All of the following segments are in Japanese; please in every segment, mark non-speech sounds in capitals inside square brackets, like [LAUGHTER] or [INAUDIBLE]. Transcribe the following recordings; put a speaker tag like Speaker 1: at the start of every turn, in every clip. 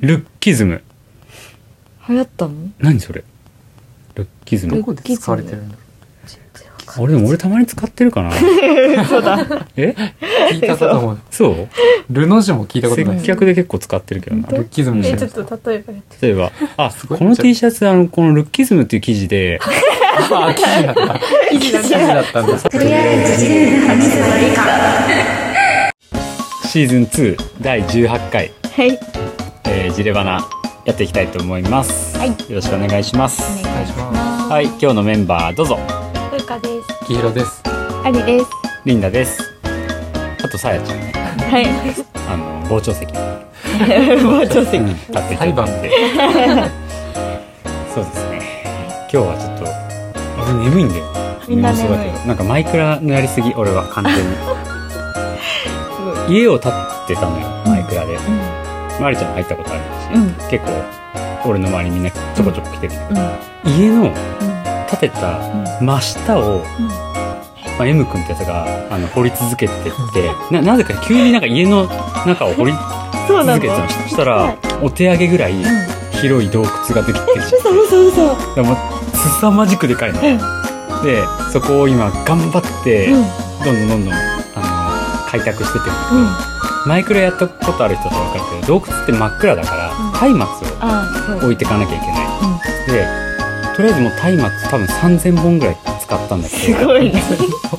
Speaker 1: ルッキズム
Speaker 2: 流行ったの
Speaker 1: 何それルッキズ
Speaker 2: ル
Speaker 1: ム
Speaker 2: ッ
Speaker 3: どこで使われてるんだろ
Speaker 1: あれでも俺たまに使ってるか
Speaker 2: [LAUGHS]
Speaker 1: な [LAUGHS] え
Speaker 3: う聞いたこともない
Speaker 1: そう
Speaker 3: ルの字も聞いたことない
Speaker 1: 接客で結構使ってるけどな
Speaker 2: 本
Speaker 3: ルッキズムじゃ
Speaker 4: え
Speaker 3: な
Speaker 4: ちょ
Speaker 3: い
Speaker 4: っと例えばやって
Speaker 1: 例えばあ
Speaker 3: ごい
Speaker 1: この T シャツあのこのルッキズムっていう記事で
Speaker 3: あ記事だった
Speaker 4: 記事だ
Speaker 3: 記事だったんだ
Speaker 2: とりあえず自由な水割りか
Speaker 1: シーズン2第18回、
Speaker 2: はい
Speaker 1: えー、ジレバナやっていきたいと思います、
Speaker 2: はい
Speaker 1: よろしくお願いしま
Speaker 2: お
Speaker 1: す
Speaker 3: お
Speaker 2: 願
Speaker 3: 願
Speaker 2: い
Speaker 3: い
Speaker 2: し
Speaker 3: し
Speaker 2: ま
Speaker 3: ます
Speaker 1: はい今日のメンバーどうぞ
Speaker 4: ふうかです
Speaker 3: 黄色です
Speaker 2: ありです
Speaker 1: リンダですあとさやちゃんね
Speaker 2: はい
Speaker 1: あの傍聴席
Speaker 2: 傍聴
Speaker 1: 立っ
Speaker 2: 席
Speaker 1: ていただいて
Speaker 3: 裁判で
Speaker 1: そうですね今日はちょっと俺眠いんだよ
Speaker 2: みんな眠
Speaker 1: そ
Speaker 2: い
Speaker 1: うだけどなんかマイクラのやりすぎ俺は完全
Speaker 2: すごい
Speaker 1: に家を建ってたのよマイクラで、マリちゃん入ったことあるし、
Speaker 2: うんうん
Speaker 1: 結構俺の周りみんなちょこちょこ来てるんだ
Speaker 2: うん
Speaker 1: けど、家の
Speaker 2: うん
Speaker 1: 建てた真下を、まあ、M 君ってやつがあの掘り続けてってななぜか急になんか家の中を掘り
Speaker 2: そうな
Speaker 1: 続けて
Speaker 2: の
Speaker 1: たのそした
Speaker 2: は
Speaker 1: ら
Speaker 2: い
Speaker 1: お手上げぐらい広い洞窟ができてるじゃん
Speaker 2: 嘘嘘嘘
Speaker 1: でもすさまじくでかいの。
Speaker 2: うん
Speaker 1: でそこを今頑張って
Speaker 2: うん
Speaker 1: どんどんどんどんあの開拓してってる
Speaker 2: うん
Speaker 1: マイクラやったことある人だと分かるけど洞窟って真っ暗だから
Speaker 2: うん
Speaker 1: 松明
Speaker 2: あそう
Speaker 1: を置いてかなきゃいけない、でとりあえずもう松明多分3,000本ぐらい使ったんだけ
Speaker 2: す
Speaker 1: ど
Speaker 2: ごいな
Speaker 1: [LAUGHS]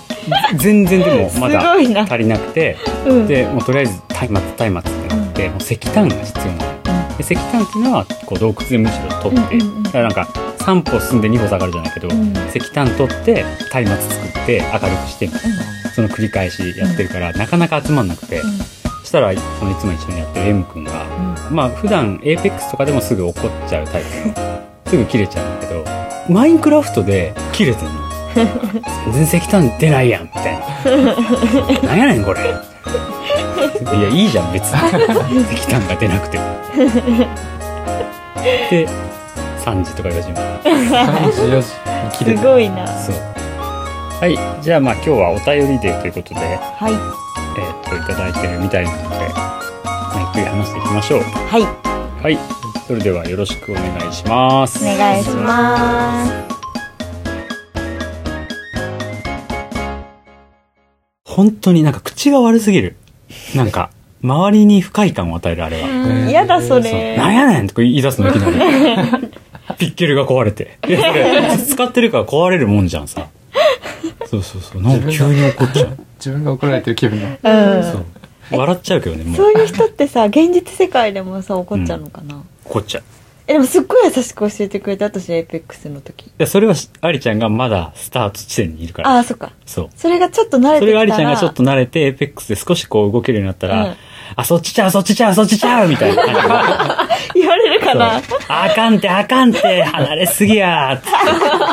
Speaker 1: 全然でも
Speaker 2: す
Speaker 1: ま
Speaker 2: ご
Speaker 1: だ
Speaker 2: いな
Speaker 1: 足りなくて
Speaker 2: うん
Speaker 1: でもうとりあえず松明松明ってなってもう石炭が必要なので石炭っていうのはこう洞窟でむしろ取って、
Speaker 2: うんうんうん
Speaker 1: だからなんか3歩進んで2歩下がるじゃないけど、
Speaker 2: うん
Speaker 1: 石炭取って松明作って明るくしてみたいなその繰り返しやってるから、なかなか集まんなくて、
Speaker 2: うん
Speaker 1: そしたらそのいつも一緒にやってる M 君が、
Speaker 2: う
Speaker 1: まあ普段 APEX とかでもすぐ怒っちゃうタイプ [LAUGHS] のすぐ切れちゃうんだけどマインクラフトで切れてんの [LAUGHS] 全然石炭出ないやんみたいな [LAUGHS] なんやねんこれいやいいじゃん別に [LAUGHS] 石炭が出なくてもで3時とか4時まで
Speaker 3: 34時に切れ
Speaker 2: す
Speaker 3: て
Speaker 2: ごいな
Speaker 1: そう。はい。じゃあ、まあ、今日はお便りでということで、え
Speaker 2: は
Speaker 1: ー
Speaker 2: い
Speaker 1: っと、いただいてるみたいなので、まあゆっくり話していきましょう。
Speaker 2: はい
Speaker 1: はい。それでは、よろしくお願いします。
Speaker 2: お願いします
Speaker 1: 本当になんか口が悪すぎる。なんか、周りに不快感を与える、あれは。
Speaker 2: 嫌だそ
Speaker 1: そう
Speaker 2: れ
Speaker 1: なんやねんとか言い出すのいきなり。
Speaker 2: [LAUGHS]
Speaker 1: ピッケルが壊れて。いやそれ使ってるから壊れるもんじゃんさ。そうそうそう。なんか急に怒っちゃう。
Speaker 3: 自分が怒られてる気分が
Speaker 2: うん
Speaker 1: そう。笑っちゃうけどね、もう
Speaker 2: そういう人ってさ現実世界でもさ怒っちゃうのかな、
Speaker 1: 怒っちゃう。
Speaker 2: えでもすっごい優しく教えてくれて私エイペックスの時
Speaker 1: でそれはありちゃんがまだスタート地点にいるから
Speaker 2: ああそっか
Speaker 1: そう
Speaker 2: それがちょっと慣
Speaker 1: そ
Speaker 2: れてきたら
Speaker 1: れがありちゃんがちょっと慣れてエイペックスで少しこう動けるようになったら、
Speaker 2: うん
Speaker 1: あそっちちゃうそっちちゃうそっちちゃうみたいな感じで
Speaker 2: [LAUGHS] 言われるかな
Speaker 1: そうあかんってあかんって離れすぎやーって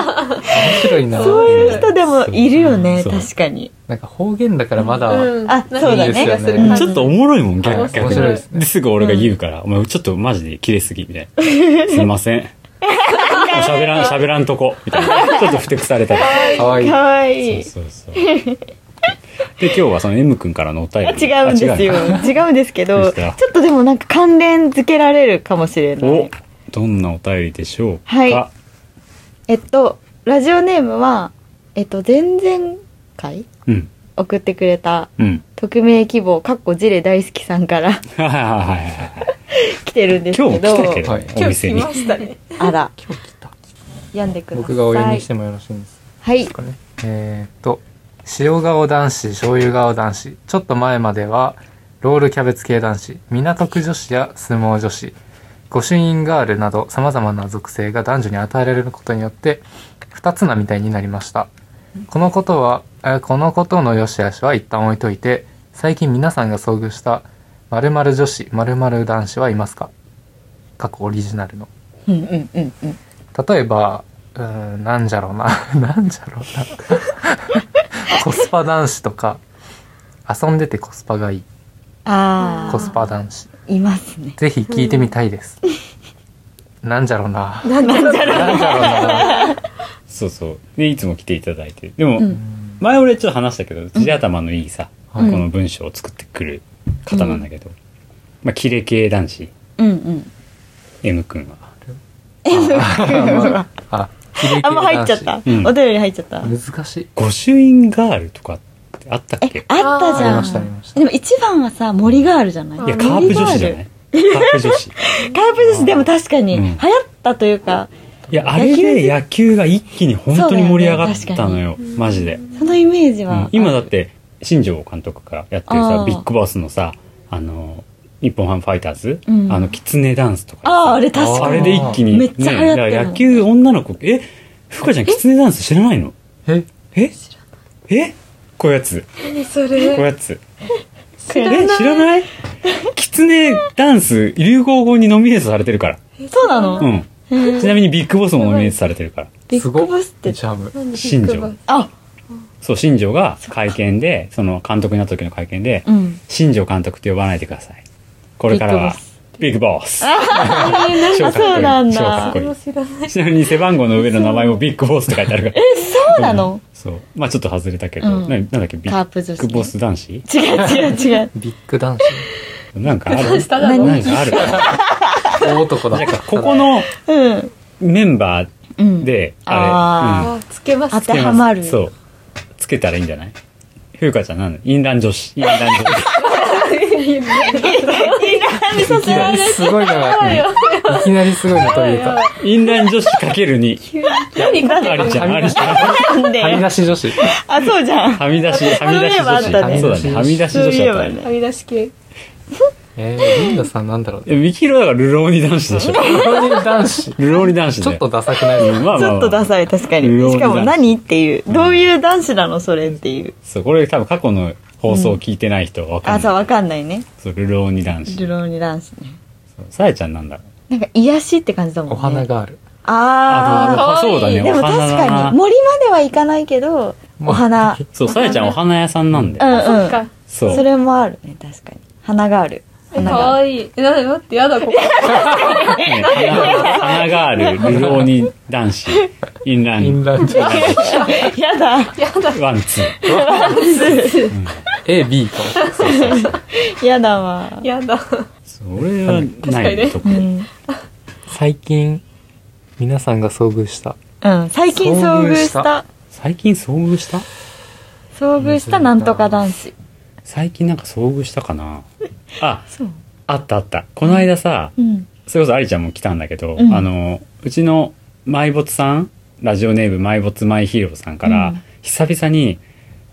Speaker 3: 面白いな
Speaker 2: そういう人でもいるよね
Speaker 1: そう
Speaker 2: 確かに
Speaker 3: なんか方言だからまだ、
Speaker 4: うん
Speaker 2: あそうだね
Speaker 4: なんかいいですよ
Speaker 3: うん
Speaker 1: ちょっとおもろいもん逆
Speaker 3: はい
Speaker 1: 逆に
Speaker 3: 面白いですね
Speaker 1: ですぐ俺が言うから、お前ちょっとマジで切れすぎみたいなすいません喋
Speaker 2: [LAUGHS]
Speaker 1: らん喋らんとこみたいなちょっとふてくされたり
Speaker 3: かわいい
Speaker 2: かわいい
Speaker 1: そうそうそうで今日はその M 君からのお便り
Speaker 2: あ違うんですよ
Speaker 1: あ違う
Speaker 2: 違うんですけ
Speaker 1: どう
Speaker 2: ど
Speaker 1: し
Speaker 2: ちょ
Speaker 1: た
Speaker 2: っとでもなんか関連付けられるかもしれない
Speaker 1: おどんなお便りでしょうか、
Speaker 2: はいえっとラジオネームはえっと前々回
Speaker 1: うん
Speaker 2: 送ってくれた
Speaker 1: うん
Speaker 2: 匿名希望かっこジレ大好きさんから [LAUGHS]
Speaker 1: はいはいはいはい
Speaker 2: 来てるんですけ
Speaker 1: 今
Speaker 2: ど
Speaker 1: 日も来たけど、
Speaker 3: はい
Speaker 1: お
Speaker 4: 今日
Speaker 1: 店
Speaker 4: 来
Speaker 1: に
Speaker 4: ましたね
Speaker 2: あら
Speaker 3: 今日来た
Speaker 2: 読んでください
Speaker 3: 僕がお読みしてもよろしいんです
Speaker 2: はい
Speaker 3: かねえーっと塩顔男子醤油顔男子ちょっと前まではロールキャベツ系男子港区女子や相撲女子御朱印ガールなど様々な属性が男女に与えられることによって二つ名みたいになりましたこのことはあこのことの良し悪しは一旦置いといて最近皆さんが遭遇した〇〇女子〇〇男子はいますか過去オリジナルの
Speaker 2: うんうんうんうん
Speaker 3: 例えばうーんなんじゃろうな [LAUGHS] なんじゃろうなコスパ男子とか遊んでてコスパがいい
Speaker 2: あ
Speaker 3: コスパ男子
Speaker 2: あいますね
Speaker 3: ぜひ聞いてみたいです、なんじゃろうな
Speaker 4: なんだろう
Speaker 3: なんじゃろうな
Speaker 1: そうそうでいつも来ていただいてでも、
Speaker 2: うん
Speaker 1: 前俺ちょっと話したけど地頭のいいさ、
Speaker 2: うん
Speaker 1: この文章を作ってくる方なんだけど、まあキレ系男子
Speaker 2: うんうん
Speaker 1: M 君は。
Speaker 2: [LAUGHS]
Speaker 3: ああキレキレ
Speaker 2: あ、もう入っちゃった。
Speaker 1: うん
Speaker 2: お便り入っちゃった。
Speaker 3: 男子難しい
Speaker 1: 御朱印ガールとかってあったっ
Speaker 2: え
Speaker 1: け、
Speaker 2: あった
Speaker 3: あ
Speaker 2: じ
Speaker 3: り
Speaker 2: ゃ
Speaker 3: ましたあり
Speaker 2: ん。
Speaker 3: ました
Speaker 2: でも一番はさ、森ガールじゃない
Speaker 1: いや、
Speaker 4: あ
Speaker 1: カープ女子じゃないカープ女子。い
Speaker 2: カープ女子でも確かに
Speaker 1: う
Speaker 2: 流
Speaker 1: ん
Speaker 2: 行ったというか、 [LAUGHS]
Speaker 1: や、あれで野球が一気に本当に盛り上がったのよ。マジで。
Speaker 2: そのイメージ
Speaker 1: う
Speaker 2: は
Speaker 1: ん。今だって新庄監督からやってる
Speaker 2: あ
Speaker 1: さ
Speaker 2: ー
Speaker 1: ビッグボスのさあの日本ハムファイターズ、
Speaker 2: うん
Speaker 1: あのキツネダンスとか
Speaker 2: ああ、あれ確
Speaker 1: あ
Speaker 2: か
Speaker 1: れ
Speaker 2: に。
Speaker 1: で一気に、
Speaker 2: めっちゃ流行ってる
Speaker 1: だから野球女の子えふかちゃんキツネダンス知らないの
Speaker 3: え
Speaker 1: ええこういうやつこ
Speaker 4: 何そう
Speaker 1: いう
Speaker 4: れ
Speaker 1: やつ
Speaker 2: 知らない
Speaker 1: え知ら
Speaker 2: [LAUGHS]
Speaker 1: ないキツネダンス流行語にノミネートされてるから
Speaker 2: そうなの
Speaker 1: うんちなみにビッグボスもノミネートされてるから
Speaker 2: ビ
Speaker 3: す
Speaker 2: ッ
Speaker 3: ご
Speaker 2: グボスって
Speaker 3: ジ。ャム
Speaker 4: 何
Speaker 1: 新庄
Speaker 4: ビッグボス
Speaker 2: あ、
Speaker 1: そう新庄が会見でその監督になった時の会見で、
Speaker 2: うん。
Speaker 1: 新庄監督って呼ばないでくださいこれからはビッグボス超かっこいい
Speaker 2: あそうなんだ
Speaker 1: 超かっこい
Speaker 4: もう知らない
Speaker 1: い [LAUGHS] ちなみに背番号の上の名前もビッグボスって書いてあるから
Speaker 2: え、そうなの
Speaker 1: そうまあちょっと外れたけど、
Speaker 2: うん
Speaker 1: ななんだっけビ
Speaker 2: カー
Speaker 1: ッ
Speaker 2: プ女子。
Speaker 1: グボス男子
Speaker 2: 違う違う違う。
Speaker 3: ビッグ男子
Speaker 1: なんかある
Speaker 4: ただ
Speaker 2: の
Speaker 1: [LAUGHS] なんかあ
Speaker 2: [LAUGHS]
Speaker 1: る
Speaker 3: 大男だ
Speaker 1: なんかここの
Speaker 2: うん。
Speaker 1: メンバー
Speaker 2: うん。
Speaker 1: であれ、うん
Speaker 2: あ
Speaker 4: あつけます
Speaker 2: 当てはまる
Speaker 1: つけすそうつけたらいいんじゃないふうかちゃんなんインラン女子インラン女子
Speaker 2: [LAUGHS] あ。
Speaker 3: いきなりすごいのがいきなりすごいの取り入れた
Speaker 1: インラン女子かける2
Speaker 2: 何か
Speaker 1: ありちゃんありちゃん
Speaker 2: なんで
Speaker 3: 張り出し女子
Speaker 2: あ、そうじゃん。
Speaker 1: はみ出しはみ出し女
Speaker 2: そうい
Speaker 1: 子
Speaker 2: えばあったね
Speaker 1: そうだねはみ出し女子だったね
Speaker 4: はみ出し系
Speaker 3: えー、リンダさんなんだろう
Speaker 2: [LAUGHS]
Speaker 3: ね
Speaker 1: えミキヒロだからルローニ男子でしょ
Speaker 3: 男子
Speaker 1: ルローニ男子で
Speaker 3: ちょっとダサくない
Speaker 1: まあまあまあ
Speaker 2: ちょっとダサい、確かに。しかも何っていう。どういう男子なのそれっていう。
Speaker 1: そうこれ多分過去の放送を聞いてない人は分か
Speaker 2: あ、
Speaker 1: ん
Speaker 2: そう、
Speaker 1: ない、
Speaker 2: わかんないね。
Speaker 1: そうルローニ男子
Speaker 2: ルローニ男子ね。
Speaker 1: そうさやちゃんなんだろう
Speaker 2: なんか癒しって感じだもん
Speaker 3: お
Speaker 2: ね。
Speaker 3: 花。がある
Speaker 1: あの
Speaker 2: あ
Speaker 4: 可愛
Speaker 1: そ
Speaker 4: い
Speaker 1: うだね
Speaker 2: ー。でも
Speaker 1: お
Speaker 2: 確
Speaker 1: 花だ
Speaker 2: か
Speaker 1: な
Speaker 2: に、森まではいかないけど、
Speaker 3: まあ
Speaker 2: お花。
Speaker 1: そうさやちゃんお花屋さんなんで、
Speaker 2: うん
Speaker 4: そっ
Speaker 2: う
Speaker 4: か
Speaker 2: ん。
Speaker 1: そう
Speaker 2: それもあるね、確かに。花がある。
Speaker 4: え
Speaker 2: 花が
Speaker 4: 可
Speaker 2: ある。
Speaker 4: 愛いえな待ってやだここ
Speaker 1: ね花花があるルローニ男子インラ
Speaker 3: イン
Speaker 1: ン
Speaker 3: ランド
Speaker 2: やだ。
Speaker 4: やだ
Speaker 1: ワンツー
Speaker 3: AB かもしれない
Speaker 2: やだわ。
Speaker 4: や [LAUGHS] だ
Speaker 1: そう俺はないね特
Speaker 2: う
Speaker 1: に
Speaker 2: ん。
Speaker 3: 最近皆さんが遭遇した
Speaker 2: うん。最近遭遇した。
Speaker 1: 最近遭遇した
Speaker 2: 遭遇したなんとか男子。
Speaker 1: 最近なんか遭遇したかなあ
Speaker 2: そう。
Speaker 1: あったあったこの間さ
Speaker 2: うん。
Speaker 1: それこそありちゃんも来たんだけど、
Speaker 2: うん
Speaker 1: あのうちのマイボツさんラジオネームマイボツマイヒーローさんから、
Speaker 2: うん
Speaker 1: 久々に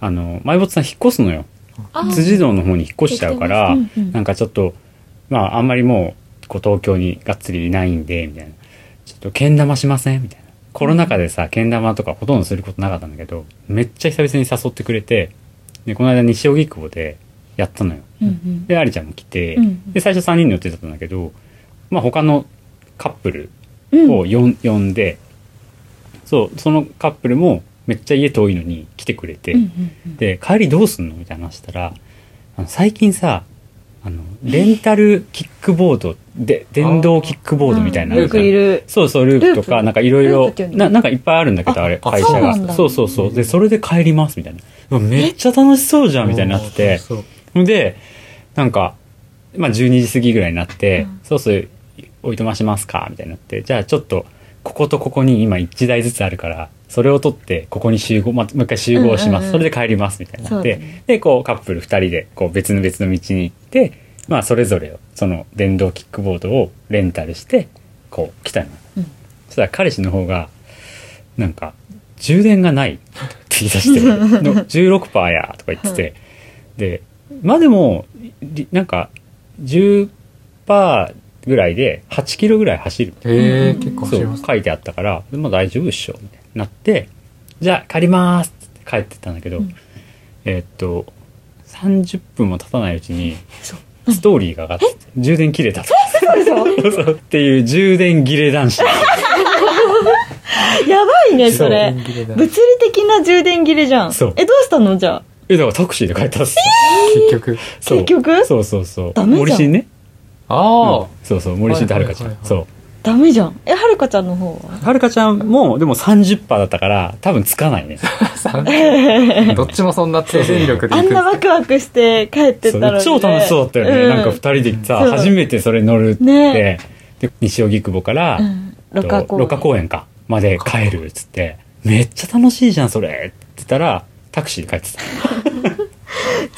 Speaker 1: あのマイボツさん引っ越すのよ
Speaker 4: あ
Speaker 1: 辻堂の方に引っ越しちゃうから、
Speaker 2: うんうん
Speaker 1: なんかちょっとまああんまりもうこう東京にがっつりいないんでみたいなちょっとけん玉しませんみたいなコロナ禍でさけん玉とかほとんどすることなかったんだけどめっちゃ久々に誘ってくれてでこの間西荻窪でやったのよ
Speaker 2: うんうん。
Speaker 1: で、アリちゃんも来て、
Speaker 2: うんうん
Speaker 1: で、最初3人の予定だったんだけど、まあ他のカップル
Speaker 2: うん
Speaker 1: をよん呼んで、そう、そのカップルもめっちゃ家遠いのに来てくれて、
Speaker 2: うんうんうん
Speaker 1: で、帰りどうすんのみたいな話したら、あの最近さ、あの、レンタルキックボード、で、電動キックボードみたいなのあ
Speaker 2: よ
Speaker 1: るじゃ
Speaker 2: く
Speaker 1: ん
Speaker 2: いる。
Speaker 1: そうそう、ループと
Speaker 2: ルー
Speaker 1: か、
Speaker 2: プ
Speaker 1: なんかいろい
Speaker 2: ループ
Speaker 1: ろ
Speaker 2: っていう、の
Speaker 1: ななんかいっぱいあるんだけど、あれ、
Speaker 3: あ
Speaker 1: 会社
Speaker 2: そうなん
Speaker 1: が。
Speaker 2: だ
Speaker 1: そうそうそう。で、それで帰ります、みたいな。うわめっちゃ楽しそうじゃん、みたいになってて。
Speaker 3: そうそう
Speaker 1: でなんか、まあ、12時過ぎぐらいになって、
Speaker 4: うん
Speaker 1: そうそうおいとましますかみたいになってじゃあちょっとこことここに今1台ずつあるからそれを取ってここに集合、まあ、もう一回集合します、
Speaker 2: うんうんうん
Speaker 1: それで帰りますみたいになって、
Speaker 2: そうだね
Speaker 1: でこうカップル2人でこう別の別の道に行って、まあ、それぞれをその電動キックボードをレンタルしてこう来たの、
Speaker 2: うん
Speaker 1: そしたら彼氏の方がなんか充電がないって言い出して
Speaker 2: [LAUGHS]
Speaker 1: の16%やとか言ってて、でまあでもりなんか10%ぐらいで8キロぐらい走るみたい
Speaker 3: へえー、結構走りま
Speaker 1: な
Speaker 3: す
Speaker 1: そう書いてあったからでも大丈夫っしょみたいになってじゃあ借りますって帰ってったんだけど、
Speaker 2: うん
Speaker 1: えーっと30分も経たないうちに
Speaker 2: そう
Speaker 1: ストーリーが上がってて充電切れたと [LAUGHS] そうっていう充電切れ男子
Speaker 2: やばいね、それ
Speaker 3: 電。気でだ
Speaker 2: 物理的な充電切れじゃん。
Speaker 1: そう
Speaker 2: え、どうしたのじゃあ。
Speaker 1: えだからタクシーで帰ったっす、
Speaker 3: 結局
Speaker 1: そう
Speaker 2: 結局
Speaker 1: そうそうそう
Speaker 2: ダメじゃん
Speaker 1: 森進ね
Speaker 3: ああ、
Speaker 1: そうそう森進とはるかちゃん、
Speaker 3: はいはいはいは
Speaker 1: そ
Speaker 3: い
Speaker 1: う
Speaker 2: ダメじゃん。え、はるかちゃんの方は
Speaker 1: はるかちゃんもでも30%だったから多分つかないね
Speaker 3: どっちもそんな低電力で
Speaker 2: あ
Speaker 3: 行
Speaker 2: ん
Speaker 3: く
Speaker 2: なワクワクして帰ってったら、
Speaker 1: そう超楽しそうだったよね、なんか2人でさ、
Speaker 2: そう
Speaker 1: 初めてそれ乗るって、
Speaker 2: ね
Speaker 1: でで西荻窪から、
Speaker 2: う
Speaker 1: え
Speaker 2: ん
Speaker 1: っ
Speaker 2: 六
Speaker 1: と
Speaker 2: 花公
Speaker 1: 六花公園か、まで帰るっつって、めっちゃ楽しいじゃん、それって言ったら、タクシーで帰ってた。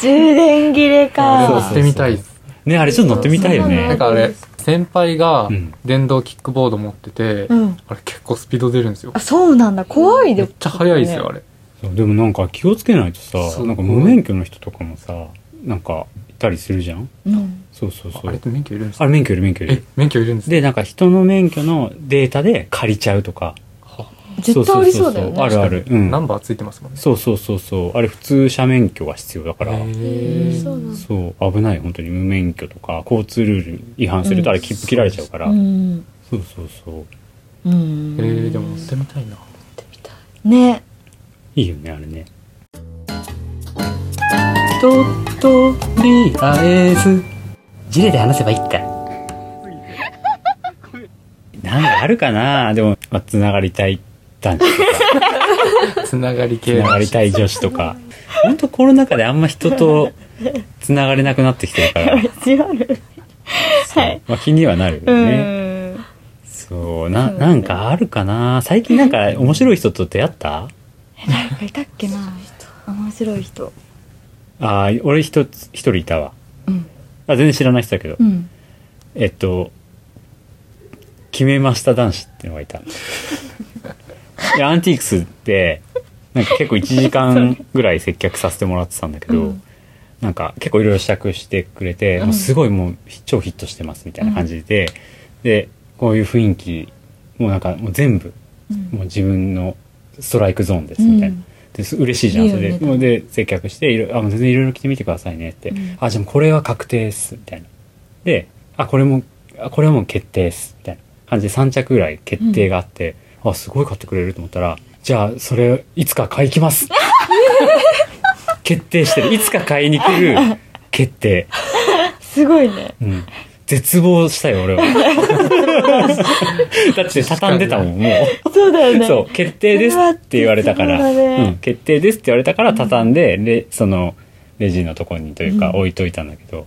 Speaker 2: 充電切れ
Speaker 3: あ
Speaker 1: そ
Speaker 3: れ
Speaker 1: う
Speaker 3: 乗
Speaker 1: そう
Speaker 2: か
Speaker 3: ってみたいです
Speaker 1: ね、あれちょっと乗ってみたいよ
Speaker 4: うん
Speaker 3: なん
Speaker 1: ね。
Speaker 3: かあれ先輩が
Speaker 1: うん
Speaker 3: 電動キックボード持ってて、
Speaker 2: うん
Speaker 3: あれ結構スピード出るんですよ
Speaker 2: あそうなんだ怖いで
Speaker 3: めっちゃ速いですよあれ
Speaker 1: そうでもなんか気をつけないと
Speaker 3: す
Speaker 1: さ、
Speaker 3: ごい
Speaker 1: なんか無免許の人とかもさ、なんかいたりするじゃん
Speaker 2: うん
Speaker 1: そうそうそ
Speaker 3: あれっ
Speaker 1: う。
Speaker 3: て免許いるんです
Speaker 1: あ
Speaker 3: か
Speaker 1: れ免許いる免許い
Speaker 3: え
Speaker 1: る。
Speaker 3: 免許いるんですか
Speaker 1: で、なんか人の免許のデータで借りちゃうとか。
Speaker 2: 絶対ありそうだ
Speaker 1: そうそうそ
Speaker 2: よね
Speaker 1: うそうあるある。うん
Speaker 3: ナ。ンバーついてますもんね
Speaker 1: そうそうそうそう。あれ普通車免許が必要だから。
Speaker 3: へー
Speaker 2: そうなんだ
Speaker 1: そう、危ない、本当に無免許とか、交通ルールに違反すると、あ
Speaker 2: うん
Speaker 1: れ切符切られちゃうから。
Speaker 2: うん
Speaker 1: そうそうそう。
Speaker 2: うん
Speaker 3: えー、でも乗ってみたいな
Speaker 2: ね
Speaker 1: いいよね、あれね。
Speaker 2: とと
Speaker 1: とりあえず、ジレで話せばいいか。なんかあるかなでも、まあ、つながりたい男子とか、
Speaker 3: [LAUGHS] つながり
Speaker 1: つ
Speaker 3: 系
Speaker 1: ながりたい女子とか。本当コロナ禍であんま人とつながれなくなってきてる [LAUGHS] から、
Speaker 2: 違う
Speaker 1: そうまあ、気にはなるよ
Speaker 2: う
Speaker 1: ね。
Speaker 2: ん
Speaker 1: そう、な、なんかあるかな最近なんか面白い人と出会った
Speaker 2: 誰かいたっけな面白い人
Speaker 1: ああ、俺一つ、一人いたわ。
Speaker 2: うん
Speaker 1: あ、全然知らない人だけど。
Speaker 2: うん
Speaker 1: えっと、決めました男子っていうのがいた。で、アンティークスって、なんか結構1時間ぐらい接客させてもらってたんだけど、
Speaker 2: うん
Speaker 1: なんか結構いろいろ試着してくれて、
Speaker 2: うん
Speaker 1: もうすごいもう超ヒットしてますみたいな感じで、で、こういう雰囲気、もうなんかもう全部、
Speaker 2: うん
Speaker 1: もう自分のストライクゾーンですみたいな。
Speaker 2: うん
Speaker 1: です嬉しいじゃん
Speaker 2: いいよ
Speaker 1: それ
Speaker 2: ね
Speaker 1: でもうで接客していろあもう全然いろいろ着てみてくださいねって、
Speaker 2: うん
Speaker 1: あじゃあもうこれは確定ですみたいなであこれもあこれはもう決定ですみたいな感じで3着ぐらい決定があって、あすごい買ってくれると思ったらじゃあそれいつか買いに来ます
Speaker 2: [LAUGHS]
Speaker 1: 決定してるいつか買いに来る決定、
Speaker 2: すごいね
Speaker 1: うん、絶望したよ俺は
Speaker 2: [LAUGHS]
Speaker 1: だって畳んでたもんもう
Speaker 2: そうだよね
Speaker 1: そう、決定ですって言われたから、
Speaker 2: うわ絶望だね
Speaker 1: うん、決定ですって言われたから畳んで、レその、レジのとこにというか
Speaker 2: うん
Speaker 1: 置いといたんだけど、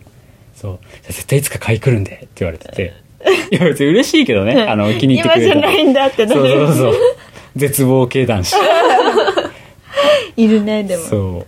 Speaker 1: そう、じゃあ絶対いつか買い来るんでって言われて
Speaker 2: [LAUGHS]
Speaker 1: て、いや別に嬉しいけどね、あの、気に入って
Speaker 2: 今
Speaker 1: くれ
Speaker 2: じ
Speaker 1: た
Speaker 2: ゃ
Speaker 1: ら
Speaker 2: ないんだってな
Speaker 1: そう
Speaker 2: る
Speaker 1: そうそう。絶望系男子。
Speaker 2: いるね [LAUGHS] でも
Speaker 1: そう。ね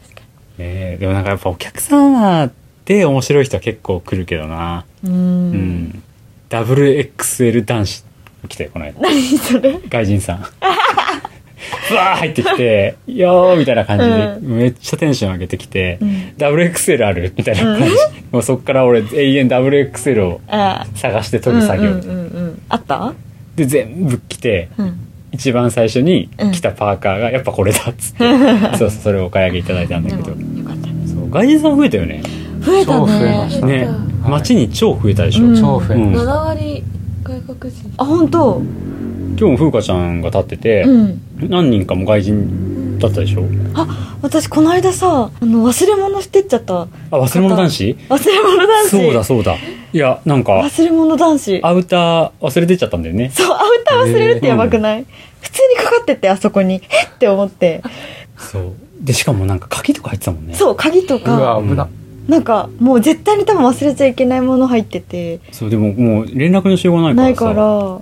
Speaker 1: えでもなんかやっぱお客様で面白い人は結構来るけどな。
Speaker 2: う
Speaker 1: うんん。ダブル XL 男子来たよ、この間。
Speaker 2: 何それ
Speaker 1: 外人
Speaker 2: [LAUGHS]
Speaker 1: さん。ふわー入ってきて、よーみたいな感じで、
Speaker 2: う
Speaker 1: めっちゃテンション上げてきて、
Speaker 2: うん
Speaker 1: ダブル XL あるみたいな感じ。もうそっから俺永遠ダブル XL を
Speaker 2: あ
Speaker 1: 探して取る作業。
Speaker 2: うんうんうんうんあった
Speaker 1: で、全部着て、
Speaker 2: うん
Speaker 1: 一番最初に着たパーカーがやっぱこれだっつって、
Speaker 2: [LAUGHS]
Speaker 1: そうそう、それをお買い上げいただいたんだ
Speaker 2: で
Speaker 1: け
Speaker 2: も
Speaker 1: ど。
Speaker 2: よかった
Speaker 1: そう外人さん増えたよね。
Speaker 2: 増えた
Speaker 3: 超増えま
Speaker 2: ね
Speaker 3: した
Speaker 1: ね。街に超増えたでしょ。
Speaker 2: うん
Speaker 3: 超増え
Speaker 1: うん
Speaker 4: 7割外国人
Speaker 2: あ本当
Speaker 1: 今日も風花ちゃんが立ってて、
Speaker 2: うん
Speaker 1: 何人かも外人だったでしょ。
Speaker 2: 私この間さあの忘れ物してっちゃった
Speaker 1: あ、忘れ物男子
Speaker 2: 忘れ物男子
Speaker 1: そうだそうだ。いや、なんか、
Speaker 2: 忘れ物男子
Speaker 1: アウター忘れてっちゃったんだよね。
Speaker 2: そうアウター忘れるってやばくない、普通にかかっててあそこにえっって思って
Speaker 1: そう。で、しかもなんか鍵とか入ってたもんね。う。
Speaker 2: そう鍵と
Speaker 3: うわ
Speaker 2: か
Speaker 1: うん
Speaker 3: 危な、
Speaker 2: なんかもう絶対に多分忘れちゃいけないもの入ってて
Speaker 1: そう、でももう連絡のしようがな
Speaker 2: ないい
Speaker 1: か
Speaker 2: から
Speaker 1: さ。
Speaker 2: ら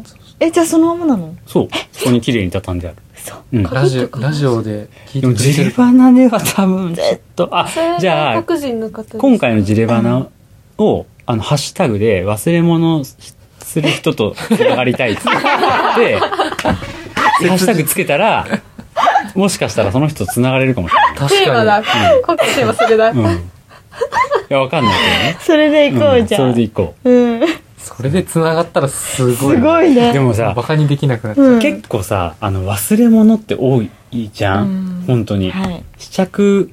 Speaker 2: えじゃあそのままなの
Speaker 1: そう。そこに綺麗に畳んである。
Speaker 2: 嘘
Speaker 1: うん。
Speaker 4: か
Speaker 1: で
Speaker 3: ラジオラジオで聞いて
Speaker 1: も、
Speaker 3: くれ
Speaker 1: ジ
Speaker 3: て
Speaker 1: レ
Speaker 3: る
Speaker 1: バナでは多分、ちょっと、あ
Speaker 4: それ、
Speaker 1: じゃあ
Speaker 4: 外、国人の方です
Speaker 1: 今回のジレバナを、あの、ハッシュタグで忘れ物する人と繋がりたいっつ
Speaker 2: [LAUGHS]
Speaker 1: って、でハッシュタグつけたら、もしかしたらその人と繋がれるかもしれ
Speaker 3: 確
Speaker 4: テーマ
Speaker 3: か
Speaker 4: だ
Speaker 3: に
Speaker 4: 今回テーマそれだ、
Speaker 1: ない。うん。いや、わかんない
Speaker 2: それで
Speaker 1: けどね。
Speaker 2: 行こ
Speaker 1: ん
Speaker 2: うじゃ
Speaker 1: そ
Speaker 2: ん、う
Speaker 1: れ
Speaker 2: ん
Speaker 1: で行こう。
Speaker 3: それでつながったらすごい
Speaker 2: すごいね
Speaker 1: でもさ
Speaker 3: バ、カにできなくなっちゃう、
Speaker 2: うん、
Speaker 1: 結構さあの忘れ物って多いじゃん、
Speaker 2: うん
Speaker 1: 本当に、
Speaker 2: はい
Speaker 1: 試着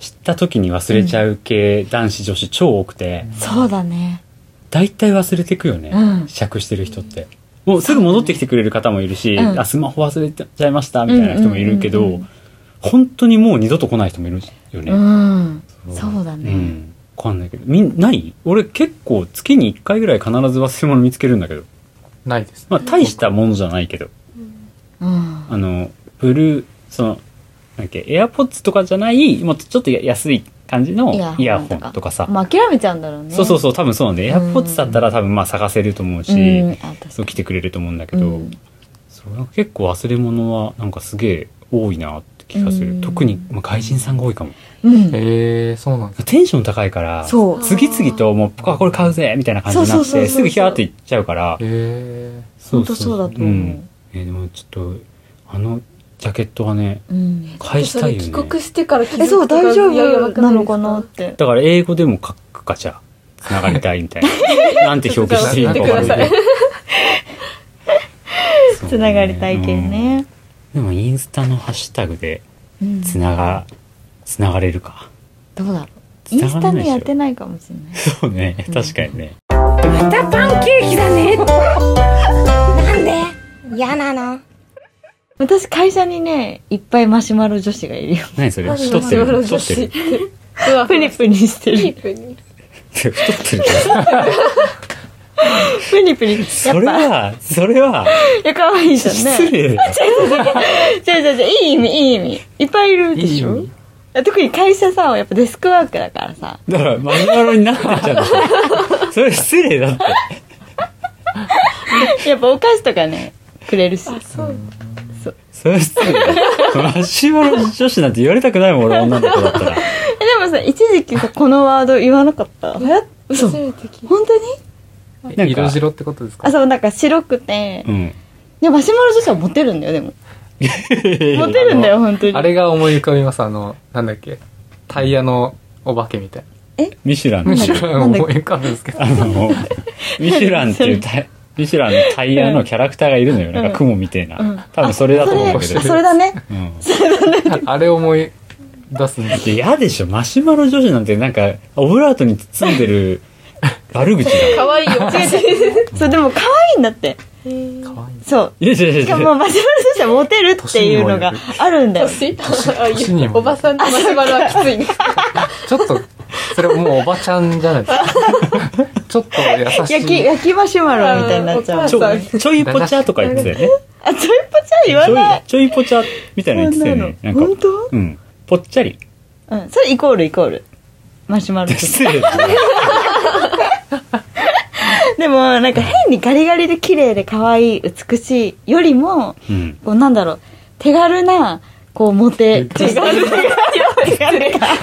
Speaker 1: した時に忘れちゃう系、男子女子超多くて
Speaker 2: そうだね
Speaker 1: 大体忘れてくよね、
Speaker 2: うん
Speaker 1: 試着してる人ってもうすぐ戻ってきてくれる方もいるし、
Speaker 2: うん
Speaker 1: あスマホ忘れちゃいましたみたいな人もいるけど、
Speaker 2: うんうんうんうん
Speaker 1: 本当にもう二度と来ない人もいるよね、
Speaker 2: うんそうだね、
Speaker 1: うんわかんないけどみんない俺結構月に1回ぐらい必ず忘れ物見つけるんだけど
Speaker 3: ないです
Speaker 1: まあ大したものじゃないけど
Speaker 2: うん
Speaker 1: あの、ブルー、その、なんだっけ、エアポッツとかじゃない、もうちょっとや安い感じのイ
Speaker 2: イ
Speaker 1: ヤ
Speaker 2: ヤ
Speaker 1: ホ
Speaker 2: ホ
Speaker 1: ン
Speaker 2: ン
Speaker 1: とかさ、
Speaker 2: まあ諦めちゃうんだろうね
Speaker 1: そうそうそう多分そうなんでエアポッツだったら多分まあ探せると思うし、
Speaker 2: うん、あ確かに
Speaker 1: そう来てくれると思うんだけど、
Speaker 2: うん
Speaker 1: そうなんか結構忘れ物はなんかすげえ多いなって気がする、
Speaker 2: うん
Speaker 1: 特に、まあ、外人さんが多いかも
Speaker 2: うん
Speaker 3: ええそうなんだ。
Speaker 1: テンション高いから
Speaker 2: そう
Speaker 1: 次々ともう「あこれ買うぜ」みたいな感じにな
Speaker 2: そ
Speaker 1: っ
Speaker 2: うそうそう
Speaker 1: て
Speaker 2: そう
Speaker 1: すぐヒャーって行っちゃうから
Speaker 3: え
Speaker 2: 本当そうだと思う、
Speaker 1: んえーでもちょっとあのジャケットはね
Speaker 2: うん
Speaker 1: 返したいよ
Speaker 4: それ帰
Speaker 1: ね
Speaker 4: 国してから気づ
Speaker 2: えそう
Speaker 4: くとか
Speaker 2: 大丈
Speaker 4: やば
Speaker 2: 夫
Speaker 4: く
Speaker 2: ないの
Speaker 4: です
Speaker 2: かなって
Speaker 1: だから英語でも書くかじゃあつながりたいみたいな
Speaker 2: [LAUGHS]
Speaker 1: なんて表記していいのかわかんな
Speaker 4: ちょ
Speaker 1: そう
Speaker 4: っと
Speaker 1: ね
Speaker 2: つながりたいけどね、
Speaker 1: うんでもインスタのハッシュタグで
Speaker 2: うん
Speaker 1: つながつながれるか
Speaker 2: どうだろうイ
Speaker 1: 繋
Speaker 2: ン
Speaker 1: が
Speaker 2: ス
Speaker 1: ら
Speaker 2: タ
Speaker 1: ないでしょ
Speaker 2: にやってないかもしれない
Speaker 1: そうね
Speaker 2: うん
Speaker 1: 確かにね、
Speaker 5: またパンケーキだねなんで嫌なの
Speaker 2: 私会社にねいっぱいマシュマロ女子が
Speaker 1: [LAUGHS]
Speaker 2: いるよ
Speaker 1: 何それ
Speaker 4: マジ
Speaker 1: 太
Speaker 4: で
Speaker 1: ってる
Speaker 4: マジ
Speaker 1: 太
Speaker 4: で
Speaker 1: ってる
Speaker 4: うわ
Speaker 2: プニプニして
Speaker 4: フリ
Speaker 2: る
Speaker 4: ップに
Speaker 1: 太って [LAUGHS] るじゃん
Speaker 2: プニプニやっ
Speaker 1: それ
Speaker 2: ぱい
Speaker 1: はそれは
Speaker 2: や可愛いじゃん
Speaker 1: 失
Speaker 2: ね
Speaker 1: 礼だよ
Speaker 2: じゃあじゃあじゃあいい意味いい意味いっぱいいる [LAUGHS]
Speaker 3: え
Speaker 2: でしょ
Speaker 3: いい
Speaker 2: 特に会社さやっぱデスクワークだからさ
Speaker 1: だからマシュマロになってっちゃうんでしょそれ失礼だって
Speaker 2: やっぱお菓子とかねくれるし
Speaker 4: あそう
Speaker 1: それ失礼だよマシュマロ女子なんて言われたくないもん俺女の子だったら
Speaker 2: えでもさ一時期さこのワード言わなかった
Speaker 4: 流行っ
Speaker 2: 嘘
Speaker 4: 初めて聞い
Speaker 2: 本当に
Speaker 3: え
Speaker 1: か
Speaker 3: 色白ってことですか
Speaker 2: あそうなんか白くて
Speaker 1: うん
Speaker 2: でマシュマロ女子はモテるんだよでもモテるんだよ本当に
Speaker 3: あれが思い浮かびます、あの、なんだっけ。タイヤのお化けみたい
Speaker 1: ミシュラン
Speaker 3: な。
Speaker 1: の
Speaker 3: むしろ
Speaker 2: なんだっけ
Speaker 3: 思い浮かぶんですけど。
Speaker 1: あの、ミシュランっていうタイ、ミシュランのタイヤのキャラクターがいるのよ。なんか雲みてえ
Speaker 2: うん
Speaker 1: な。多分それだと思うんだけ
Speaker 2: そ
Speaker 1: ど
Speaker 2: れ。それだね
Speaker 1: うん。
Speaker 3: [LAUGHS] あれ思い出すんで
Speaker 1: だっ
Speaker 3: す
Speaker 1: て嫌でしょ。マシュマロ女子なんてなんか、オブラートに包んで
Speaker 3: [LAUGHS]
Speaker 1: る悪口だ。
Speaker 4: た可愛いよ
Speaker 2: そうでも可愛いんだって
Speaker 3: かわいい。
Speaker 2: そう
Speaker 1: いや違う違う
Speaker 2: し
Speaker 1: 違
Speaker 2: か
Speaker 1: う
Speaker 2: もマシュマロ女子はモテるっていうのがあるんだよ
Speaker 4: 年ああい
Speaker 3: 年に
Speaker 4: う
Speaker 3: も
Speaker 4: おばさんのマシュマロはきついね
Speaker 3: ちょっと、それもうおばちゃんじゃないですか。ちょっと優しい。
Speaker 2: 焼き焼きマシュマロみたいになっちゃう
Speaker 1: ちょ、ちょいぽちゃとか言ってたよね。
Speaker 2: あちょいぽちゃ言わ
Speaker 1: ちょい
Speaker 2: ない、
Speaker 1: ちょいぽちゃみたいなの言ってたよね。なんか、
Speaker 2: 本当
Speaker 1: うん。ぽっちゃり。 [LAUGHS]
Speaker 2: うんそれイコールイコールマシュマロ女子
Speaker 1: 失礼だよね
Speaker 2: でもなんか変にガリガリで綺麗で可愛い美しいよりも
Speaker 1: うん。
Speaker 2: こうなんだろう手軽なこうモテ手軽
Speaker 1: いや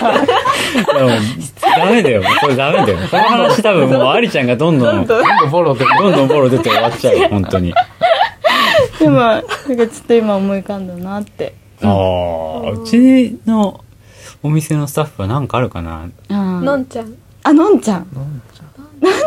Speaker 1: もうダメだよ。これダメだよ。この話多分もう、ありちゃんがどんどん、どん
Speaker 3: 全部ボロで。
Speaker 1: どんボロ出て終わっちゃうよ。本当に。
Speaker 2: でもなんかちょっと今思い浮かんだなって
Speaker 1: ああ、うちのお店のスタッフは何かあるかな
Speaker 2: うん
Speaker 4: のんちゃん
Speaker 2: あのんちゃんのん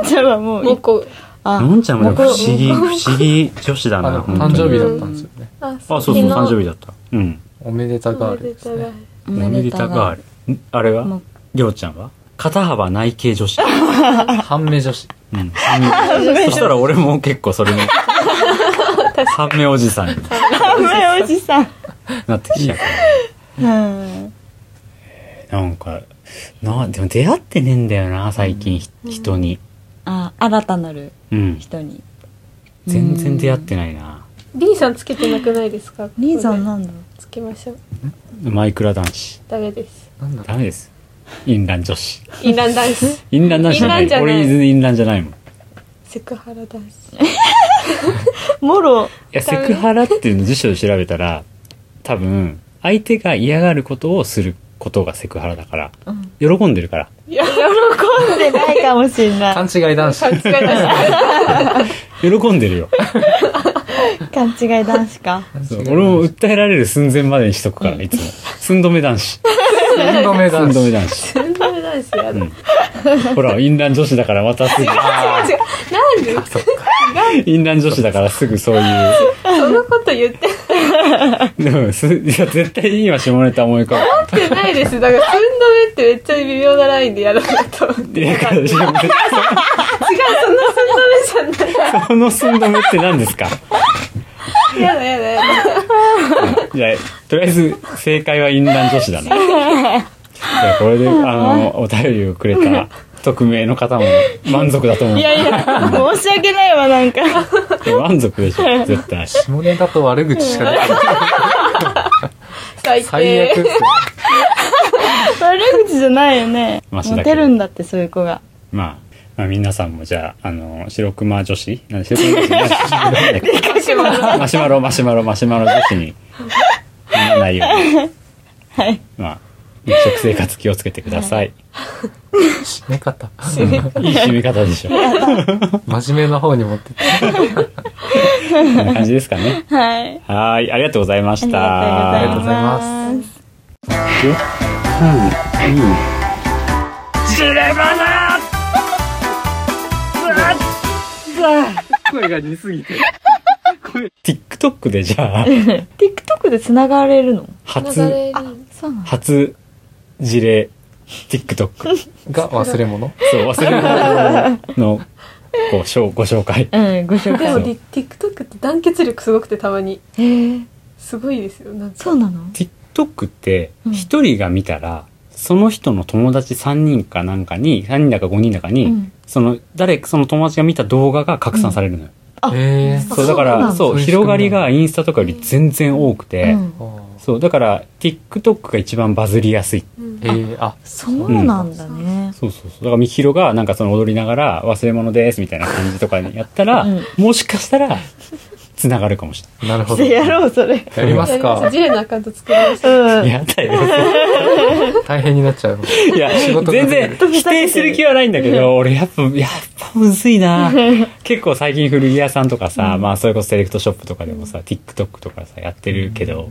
Speaker 2: ちゃんはもう
Speaker 4: もうこう
Speaker 2: あ
Speaker 1: のんちゃんもでも不思議、
Speaker 4: も
Speaker 1: 不
Speaker 4: う
Speaker 1: 思議女子だ
Speaker 3: あ
Speaker 1: な、
Speaker 3: の、
Speaker 1: 本当に
Speaker 3: 誕生日だったんですよね。
Speaker 4: あ
Speaker 1: あ、そうそう、
Speaker 4: 昨日
Speaker 1: 誕生日だった。うん。
Speaker 3: おめでたガールですね。
Speaker 1: おめでたがある。んあれ
Speaker 2: も
Speaker 1: は
Speaker 2: う
Speaker 1: りょうちゃんは肩幅内径女子。
Speaker 3: 半目女子。
Speaker 1: うん。そしたら俺も結構それに、半目おじさんに
Speaker 2: あんまりおじさん
Speaker 1: なってきちゃうか
Speaker 2: うん
Speaker 1: ら。なんか、な、でも出会ってねえんだよな、最近、ひ人に。
Speaker 2: あ新たなる
Speaker 1: うん。
Speaker 2: 人に
Speaker 1: 全然出会ってないな。
Speaker 4: リンさんつけてなくないですか
Speaker 2: 兄さんなんだ
Speaker 4: つけましょう
Speaker 1: マイクラ男子。
Speaker 4: ダメです
Speaker 3: なんだろ
Speaker 1: ダメです。インラン女子。
Speaker 4: インランダンス
Speaker 1: インラン男子じゃな
Speaker 4: インランじ
Speaker 1: い。
Speaker 4: ゃない
Speaker 1: 俺全然インランじゃないもん。い
Speaker 4: セクハラダンス
Speaker 2: もろ
Speaker 1: や、
Speaker 4: ダメ
Speaker 1: セクハラっていうの辞書で調べたら、多分、相手が嫌がることをすることがセクハラだから、
Speaker 2: うん
Speaker 1: 喜んでるから。
Speaker 4: いや
Speaker 2: 喜んでないかもしれな
Speaker 3: う。勘
Speaker 2: い
Speaker 3: 違い男子。
Speaker 4: 勘違いだし
Speaker 1: 喜んでる [LAUGHS] よ。
Speaker 2: 勘違い男子か
Speaker 1: そう俺も訴えられる寸前までにしとくから、いつも。寸止め男子。
Speaker 3: 寸止め
Speaker 1: 寸
Speaker 3: 男
Speaker 1: 止め
Speaker 3: 子。
Speaker 1: 男子。
Speaker 4: 全然ダンスやだ
Speaker 1: ほら、インラン女子だからまたす [LAUGHS]
Speaker 3: あー
Speaker 4: なんで
Speaker 1: ぐ、インラン女子だからすぐそういう。
Speaker 4: そんなこと言って
Speaker 1: でも、すいや、絶対に今下ネタ思い浮かぶ。
Speaker 4: ってないですだから寸止めってめっちゃ微妙なラインでやろうと思って
Speaker 1: いや違う
Speaker 4: そんな寸止めじゃない
Speaker 1: その寸止めって何ですか
Speaker 4: やだやだやだ
Speaker 1: じゃあ、とりあえず正解はインラン女子だね。じゃあこれで、あの、お便りをくれた匿名の方も満足だと思う
Speaker 2: い。やいや申し訳ないわなんか
Speaker 1: 満足でしょ、絶対。
Speaker 3: 下ネタと悪口しか出てこない。
Speaker 4: 最低
Speaker 3: 最悪っすよ。
Speaker 2: 悪口じゃないよね
Speaker 1: マシだけど
Speaker 2: モテるんだってそういう子が
Speaker 1: まあ、まあ皆さんもじゃあ、あの、白熊女子なんで白熊女子なんだっけ
Speaker 4: しまう
Speaker 1: マシュマロ、マシュマロ、マシュマロ女子にならないように。
Speaker 2: はい
Speaker 1: まあ、飲食生活気をつけてください。
Speaker 3: 締め方。
Speaker 1: いい締め方でしょ。こ
Speaker 3: 真面目な方に持ってって。
Speaker 1: んな感じですかね。
Speaker 2: はい
Speaker 1: はい、ありがとうございまし
Speaker 2: あ
Speaker 1: た。
Speaker 2: りがとうございま
Speaker 3: あ
Speaker 2: す
Speaker 1: うん、うん。
Speaker 3: 声が似すぎて。
Speaker 1: TikTok でじゃあ、
Speaker 2: TikTok でつながれるの
Speaker 4: 流
Speaker 1: 初、
Speaker 4: れる
Speaker 2: そうなの
Speaker 1: 初事例 TikTok。
Speaker 3: が忘れ物
Speaker 1: そう、忘れ物の、こう、しょうご紹介。
Speaker 2: うんご紹
Speaker 4: で
Speaker 2: 介
Speaker 4: もリ TikTok って団結力すごくてたまに
Speaker 2: えー、
Speaker 4: すごいですよなんか
Speaker 2: そうなの
Speaker 1: TikTok って
Speaker 2: う、ん
Speaker 1: 一人が見たら、その人の友達3人かなんかに、3人だか5人だかに、
Speaker 2: うん
Speaker 1: その、誰、その友達が見た動画が拡散されるのよ。
Speaker 2: あ
Speaker 3: え
Speaker 2: ん
Speaker 1: そう、だか
Speaker 2: そうなん
Speaker 1: ら、
Speaker 2: だ
Speaker 1: そう、
Speaker 3: そういう仕組み
Speaker 1: 広がりがインスタとかより全然多くて、
Speaker 2: うん
Speaker 1: そう、だから、TikTok が一番バズりやすい。
Speaker 4: うん
Speaker 3: えー、あ、
Speaker 2: そうなんだね、
Speaker 1: そうそうそう。だから、みひろが、なんかその踊りながら、忘れ物です、みたいな感じとかにやったら、
Speaker 2: うん
Speaker 1: もしかしたら、繋がるかもし
Speaker 3: なるほど。
Speaker 2: でや
Speaker 3: や
Speaker 2: ろうそれ
Speaker 3: ります
Speaker 4: やり
Speaker 3: か
Speaker 4: ま。ジレのアカウント作りまし
Speaker 2: う
Speaker 4: た
Speaker 1: れなんい。やったよ。
Speaker 3: 大変になっちゃう。
Speaker 1: いや、
Speaker 3: 仕事が
Speaker 1: 全然、否定する気はないんだけど、俺、やっぱ、やっぱむずいな結構最近古着屋さんとかさ、まあ、それこそセレクトショップとかでもさ、TikTok とかさ、やってるけど、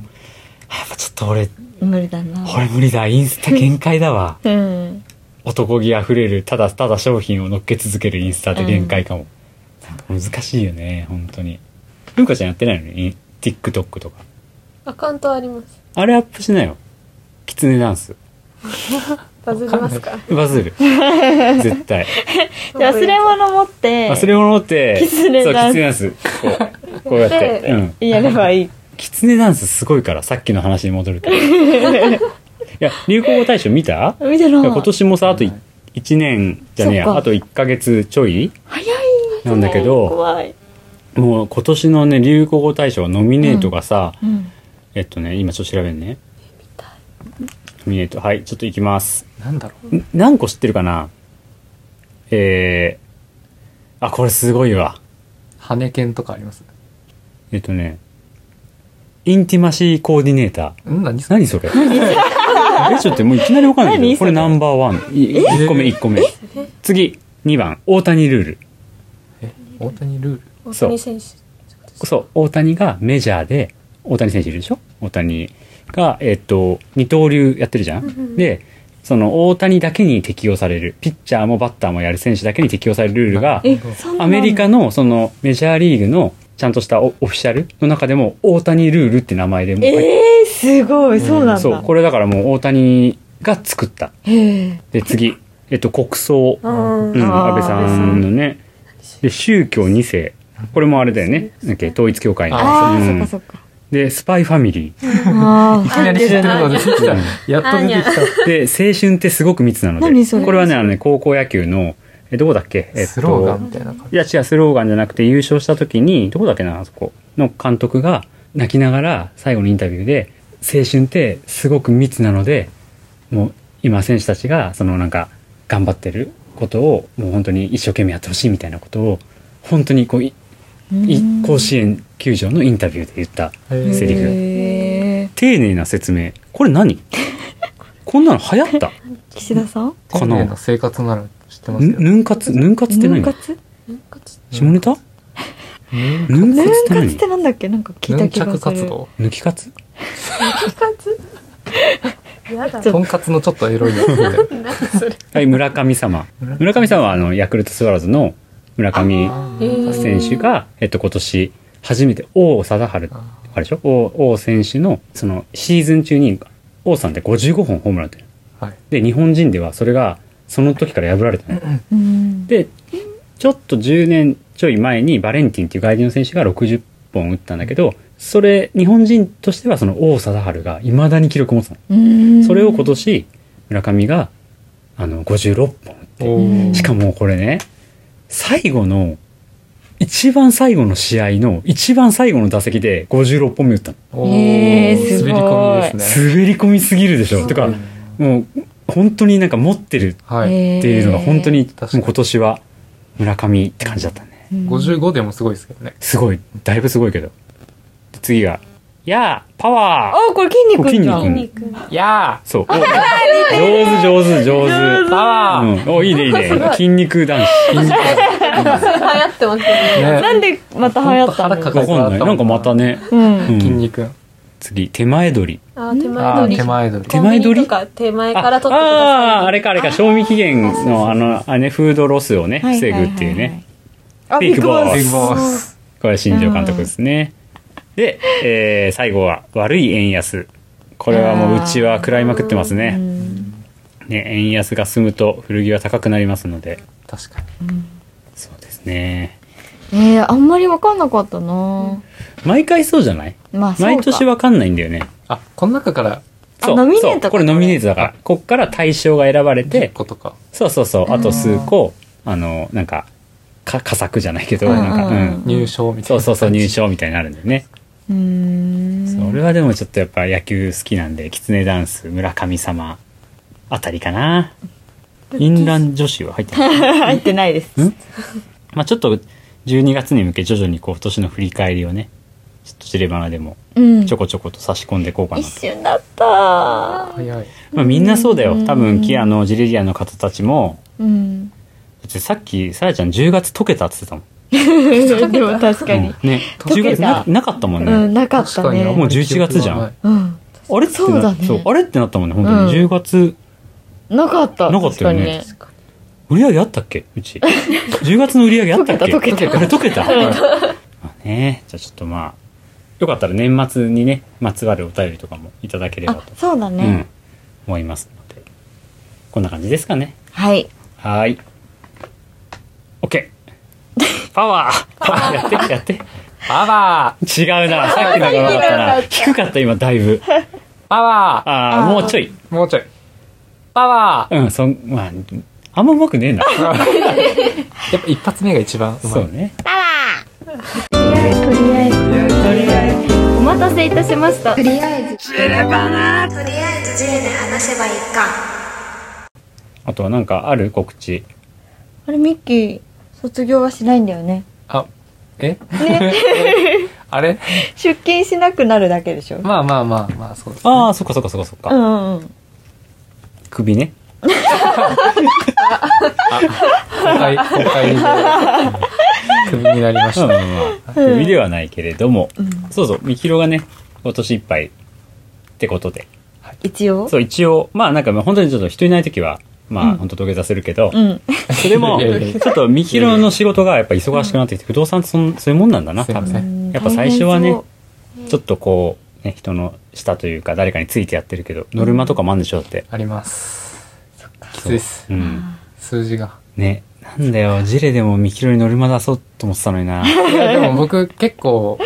Speaker 1: やっぱちょっと俺、
Speaker 2: 無理だな
Speaker 1: 俺無理だ、インスタ限界だわ。
Speaker 2: うん
Speaker 1: 男気あふれるただただ商品を乗っけ続けるインスタって限界かも、なんか難しいよね本当にふうかちゃんやってないのに TikTok とか
Speaker 4: アカウントあります
Speaker 1: あれアップしなよキツネダンス
Speaker 4: バズりますか
Speaker 1: バ
Speaker 2: [LAUGHS]
Speaker 1: ズる絶対
Speaker 2: で忘れ物持って
Speaker 1: 忘れ物って
Speaker 2: キツネダン
Speaker 1: そうキツネダンスこうこうやって、
Speaker 4: で
Speaker 1: うん、
Speaker 2: やればいい
Speaker 1: キツネダンスすごいからさっきの話に戻
Speaker 2: [LAUGHS]
Speaker 1: るけどいや流行語大賞見た
Speaker 2: 見て
Speaker 1: い
Speaker 2: な
Speaker 1: や今年もさあと1年じゃねえ
Speaker 2: そ
Speaker 1: や
Speaker 2: っか
Speaker 1: あと1ヶ月ちょい
Speaker 2: 早い
Speaker 1: なんだけど
Speaker 2: 怖い、
Speaker 1: もう今年のね流行語大賞ノミネートがさ、
Speaker 2: うん、
Speaker 1: えっとね今ちょっと調べるねノミネートはいちょっといきます
Speaker 3: なんだろ
Speaker 1: ん何個知ってるかなえー、あこれすごいわ
Speaker 3: う。羽犬とかあります。
Speaker 1: えっとねインティマシーコーディネーター
Speaker 3: ん何それ
Speaker 1: 何そ
Speaker 2: [LAUGHS]
Speaker 1: れえちょっともういきなりわかんないけ
Speaker 2: 何
Speaker 1: ど
Speaker 2: そ
Speaker 1: こ
Speaker 2: れ
Speaker 1: れナンバーワン1個目1個目次2番大谷ルール
Speaker 3: え、大谷ルール
Speaker 4: 大
Speaker 1: そう
Speaker 4: 谷選手
Speaker 1: そう、大谷がメジャーで、大谷選手いるでしょ大谷が、えっと、二刀流やってるじゃん。で、その大谷だけに適用される、ピッチャーもバッターもやる選手だけに適用されるルールが、
Speaker 2: えそんなの
Speaker 1: アメリカのそのメジャーリーグのちゃんとしたオオフィシャルの中でも大谷ルールって名前でもう入って
Speaker 2: えー、すごいそうなんだ、
Speaker 1: そう、これだからもう大谷が作った。
Speaker 2: へえ
Speaker 1: で、次、えっと、国葬。
Speaker 4: あ
Speaker 1: うん、
Speaker 2: あー
Speaker 1: 安倍さんのね。で、宗教2世。これもあれだよね。なんだっけ統一教会の。
Speaker 2: ああ、
Speaker 1: うん
Speaker 2: そっかそっか
Speaker 1: で、スパイファミリー。
Speaker 2: あ
Speaker 3: いきなり知ってるので、やっと出てきた。
Speaker 1: で、青春ってすごく密なので。
Speaker 2: 何それ
Speaker 1: これはね、あのね、高校野球の、え、どこだっけえっと
Speaker 3: スローガンみたいな感
Speaker 1: いや違う、スローガンじゃなくて優勝した時に、どこだっけな、あそこの監督が泣きながら最後のインタビューで、青春ってすごく密なので、もう今選手たちが、そのなんか、頑張ってることを、もう本当に一生懸命やってほしいみたいなことを、本当にこう、いい甲子園球場のインタビューで言った
Speaker 3: へー
Speaker 1: セリフ。
Speaker 2: へえ
Speaker 1: 丁寧な説明これ
Speaker 2: [LAUGHS]
Speaker 1: 何こんなの流行った
Speaker 2: 岸田さん
Speaker 3: じ。
Speaker 1: か
Speaker 3: 丁
Speaker 1: な
Speaker 3: 寧な生活なら知ってます
Speaker 1: ぬ
Speaker 3: けど。
Speaker 1: ぬんかつぬんかつって
Speaker 2: ヌ
Speaker 1: 何
Speaker 2: ンカツ
Speaker 4: なんかち
Speaker 1: 下ネタ
Speaker 3: ぬ
Speaker 1: ぬん
Speaker 2: ヌ
Speaker 1: か
Speaker 2: ン
Speaker 1: つ
Speaker 2: カツっ
Speaker 1: って
Speaker 2: てなんだっけなんか聞い
Speaker 3: ぬ
Speaker 2: た
Speaker 3: ん
Speaker 2: 気
Speaker 3: ちゃ
Speaker 2: が
Speaker 3: く
Speaker 2: す
Speaker 3: 活
Speaker 2: る
Speaker 3: 動
Speaker 1: 何抜きかつ
Speaker 4: やだ
Speaker 2: ちょ
Speaker 3: とんかつのちょっとエロいやつ [LAUGHS] で。
Speaker 4: 何それ
Speaker 1: はい村神様村神様はあのヤクルトスワローズの村上選手が、えっと、今年初めて王貞治
Speaker 3: あ
Speaker 1: あれでしょ王王選手のそのシーズン中に王さんって55本ホームラン打ってる
Speaker 3: ーはい。
Speaker 1: で日本人ではそれがその時から破られたの
Speaker 2: うん
Speaker 1: でちょっと10年ちょい前にバレンティンっていう外人の選手が60本打ったんだけどそれ日本人としてはその王貞治がいまだに記録持つの、
Speaker 2: うん
Speaker 1: それを今年村上があの56本打って
Speaker 3: おー
Speaker 1: しかもこれね最後の一番最後の試合の一番最後の打席で56本目打ったの
Speaker 3: おー
Speaker 2: えーすごい
Speaker 3: 滑り込みですね。
Speaker 1: 滑り込みすぎるでしょてかもう本当になんか持ってる
Speaker 3: はい。
Speaker 1: っていうのが本当に、
Speaker 3: 確か
Speaker 1: もう
Speaker 3: に
Speaker 1: 今年は村上って感じだったね。
Speaker 3: 55でもすごいですけどね。
Speaker 1: すごい、だいぶすごいけど。で次が、やーパワー
Speaker 2: あこれ筋肉じゃ
Speaker 1: 筋
Speaker 2: ん
Speaker 1: 肉
Speaker 3: いや
Speaker 1: そう。お上手、上手、上手。
Speaker 3: ーパワー
Speaker 1: うん、おいいねいい
Speaker 2: すご
Speaker 1: ね
Speaker 2: い
Speaker 1: 筋肉男子
Speaker 3: 筋肉
Speaker 4: 流行ってますね。
Speaker 3: ね
Speaker 2: なんでまた流行った
Speaker 3: ほんと腹
Speaker 2: の
Speaker 3: か
Speaker 1: わかんないなんかまたね、
Speaker 2: うん
Speaker 1: うん
Speaker 3: 筋肉。
Speaker 1: 次手前鳥
Speaker 4: あー、手
Speaker 3: ああ、
Speaker 4: 前
Speaker 3: 手
Speaker 4: 取り。
Speaker 3: 前鳥。
Speaker 1: 手前鳥
Speaker 4: コンビニとか手前
Speaker 1: あ
Speaker 4: から取ってください。
Speaker 1: あーあれかあれか賞味期限のあのあねフードロスをね防ぐっていうね
Speaker 2: あ
Speaker 1: ビッグボス
Speaker 3: ビッグボス。
Speaker 1: これは新庄監督ですねで、えー最後は悪い円安これはもううちは食らいまくってます
Speaker 2: う
Speaker 1: ね
Speaker 2: ん
Speaker 1: ね円安が進むと古着は高くなりますので
Speaker 3: 確かに。
Speaker 1: そうですね
Speaker 2: えーあんまり分かんなかったな
Speaker 1: 毎回そうじゃない
Speaker 2: まあそうか
Speaker 1: 毎年わかんないんだよね
Speaker 3: あ、この中から
Speaker 2: あ
Speaker 1: そう
Speaker 2: ノミネートか
Speaker 1: そうこれノミネートだからこっから対象が選ばれて
Speaker 3: 10個とか。
Speaker 1: そうそうそうあと数個あのなんかか佳作じゃないけど
Speaker 2: うん
Speaker 1: なんか、
Speaker 2: う
Speaker 1: うんん、
Speaker 3: 入賞みた
Speaker 1: そ
Speaker 3: いうな。
Speaker 1: そうそう入賞みたいになるんだよね、
Speaker 2: うーん
Speaker 1: それはでもちょっとやっぱ野球好きなんできつねダンス村神様あたりかなインラン女子は入ってない
Speaker 2: [LAUGHS] 入ってないです
Speaker 1: んまあちょっと12月に向け徐々にこう今年の振り返りをねちょっとジレバナでも
Speaker 2: うん
Speaker 1: ちょこちょこと差し込んでいこうかな
Speaker 2: 一
Speaker 1: と、
Speaker 2: 瞬だった
Speaker 3: 早い。
Speaker 1: まあ、みんなそうだ
Speaker 2: う
Speaker 1: よ
Speaker 2: ん
Speaker 1: 多分キアのジレリアの方たちも [LAUGHS]
Speaker 2: うん
Speaker 1: だってさっきさやちゃん10月溶けたって言ってたもん
Speaker 2: でも確かに
Speaker 1: うんね
Speaker 2: 溶
Speaker 1: 10
Speaker 2: け
Speaker 1: 月
Speaker 2: た
Speaker 1: ななかったもんね、
Speaker 2: うんなかっ
Speaker 3: 確
Speaker 2: たね
Speaker 3: にあん
Speaker 1: も
Speaker 3: ま
Speaker 1: う
Speaker 3: り
Speaker 1: 11月じゃん
Speaker 3: 記憶がない。
Speaker 2: うん
Speaker 1: あれってな
Speaker 2: そうだね
Speaker 1: そうあれってなったもんね本当に
Speaker 2: うん
Speaker 1: 10月
Speaker 2: なかった
Speaker 1: なかったよね売り上げあったっけうち10月の売り上げあったっけ
Speaker 2: 溶けた溶けた
Speaker 1: あれ溶けたまあねじゃあちょっとまあよかったら年末にねまつわるお便りとかもいただければ
Speaker 2: あ
Speaker 1: と、
Speaker 2: そうだね、
Speaker 1: うん、思いますのでこんな感じですかね
Speaker 2: はい
Speaker 1: はーい OK パワーパワーやってやって
Speaker 3: パワ
Speaker 1: 違うなさっきのが悪かったな低かった今だいぶ
Speaker 3: ーパワー
Speaker 1: ああもうちょい
Speaker 3: もうちょい。パワー
Speaker 1: うんそんまああんまうまくねえな
Speaker 3: [LAUGHS] やっぱ一発目が一番うま
Speaker 1: そ。
Speaker 3: いう
Speaker 1: ね
Speaker 2: とりあえずお待たせいたしました
Speaker 5: りあえず知ればなとりあえず J で話せばいいか
Speaker 1: あとはなんかある告知
Speaker 2: あれミッキー卒業はしないんだよね
Speaker 3: あ、え [LAUGHS] あれ
Speaker 2: 出勤しなくなるだけでしょ
Speaker 3: まあまあまあまあ、そうです。
Speaker 1: ああ、そっかそっかそっかそっか。
Speaker 2: うんうんうん
Speaker 1: 首ね。
Speaker 3: 公開、公開で、クビになりまし
Speaker 1: まあ
Speaker 3: た。
Speaker 1: まあまあ首ではないけれども、そうそう、みきろがね、今年いっぱいってことで。
Speaker 2: 一応
Speaker 1: そう、一応、まあなんかまあ本当にちょっと人いない時は、ま
Speaker 2: う
Speaker 1: あ
Speaker 2: ん
Speaker 1: 本当土下座するけど、
Speaker 2: うん
Speaker 1: それも、
Speaker 3: い
Speaker 1: ち
Speaker 3: やいやいや
Speaker 1: ょっとみきろの仕事がやっぱ忙しくなってきて、不動産ってそん [LAUGHS] そういうもんなんだな、
Speaker 3: すい
Speaker 1: 多
Speaker 3: ませ
Speaker 1: 分。
Speaker 3: ん。
Speaker 1: やっぱ最初はね
Speaker 2: 大変
Speaker 1: ちょっとこう、ね、人の下というか誰かについてやってるけど、ノルマとかもあるんでしょうって。
Speaker 3: あります。きついっす
Speaker 1: う。ん。
Speaker 3: 数字が。
Speaker 1: ね。なんだよ、ジレでもみきろにノルマ出そうと思ってたのに
Speaker 2: [LAUGHS]
Speaker 1: な。
Speaker 3: いや、でも僕結構、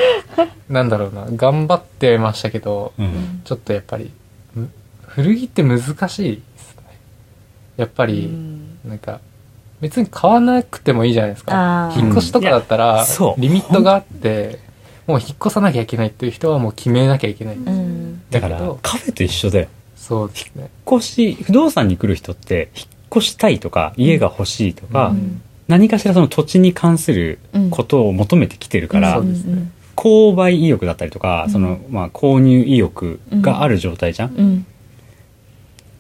Speaker 3: なんだろうな、頑張ってましたけど、
Speaker 1: うん。
Speaker 3: ちょっとやっぱり、む古着って難しいですね。やっぱ
Speaker 2: そうう
Speaker 3: り、
Speaker 2: ん
Speaker 3: なんか、別に買わなくてもいいじゃないですか
Speaker 2: あ。ー
Speaker 3: 引っ越しとかだった
Speaker 1: いや
Speaker 3: ら
Speaker 1: そ、う
Speaker 3: リミットがあって、もう引っ越さなきゃいけないっていう人はもう決めなきゃいけない。
Speaker 2: うん
Speaker 1: だか
Speaker 3: だけ
Speaker 1: ら
Speaker 3: ど、
Speaker 1: カフェと一緒だよ。
Speaker 3: そうですね。
Speaker 1: 引っ越し不動産に来る人って引っ越したいとか家が欲しいとか、
Speaker 2: うん
Speaker 1: 何かしらその土地に関することを求めてきてるから、
Speaker 3: そうですね。
Speaker 1: 購買意欲だったりとか、
Speaker 2: うん
Speaker 1: そのまあ購入意欲がある状態じゃん、
Speaker 2: うん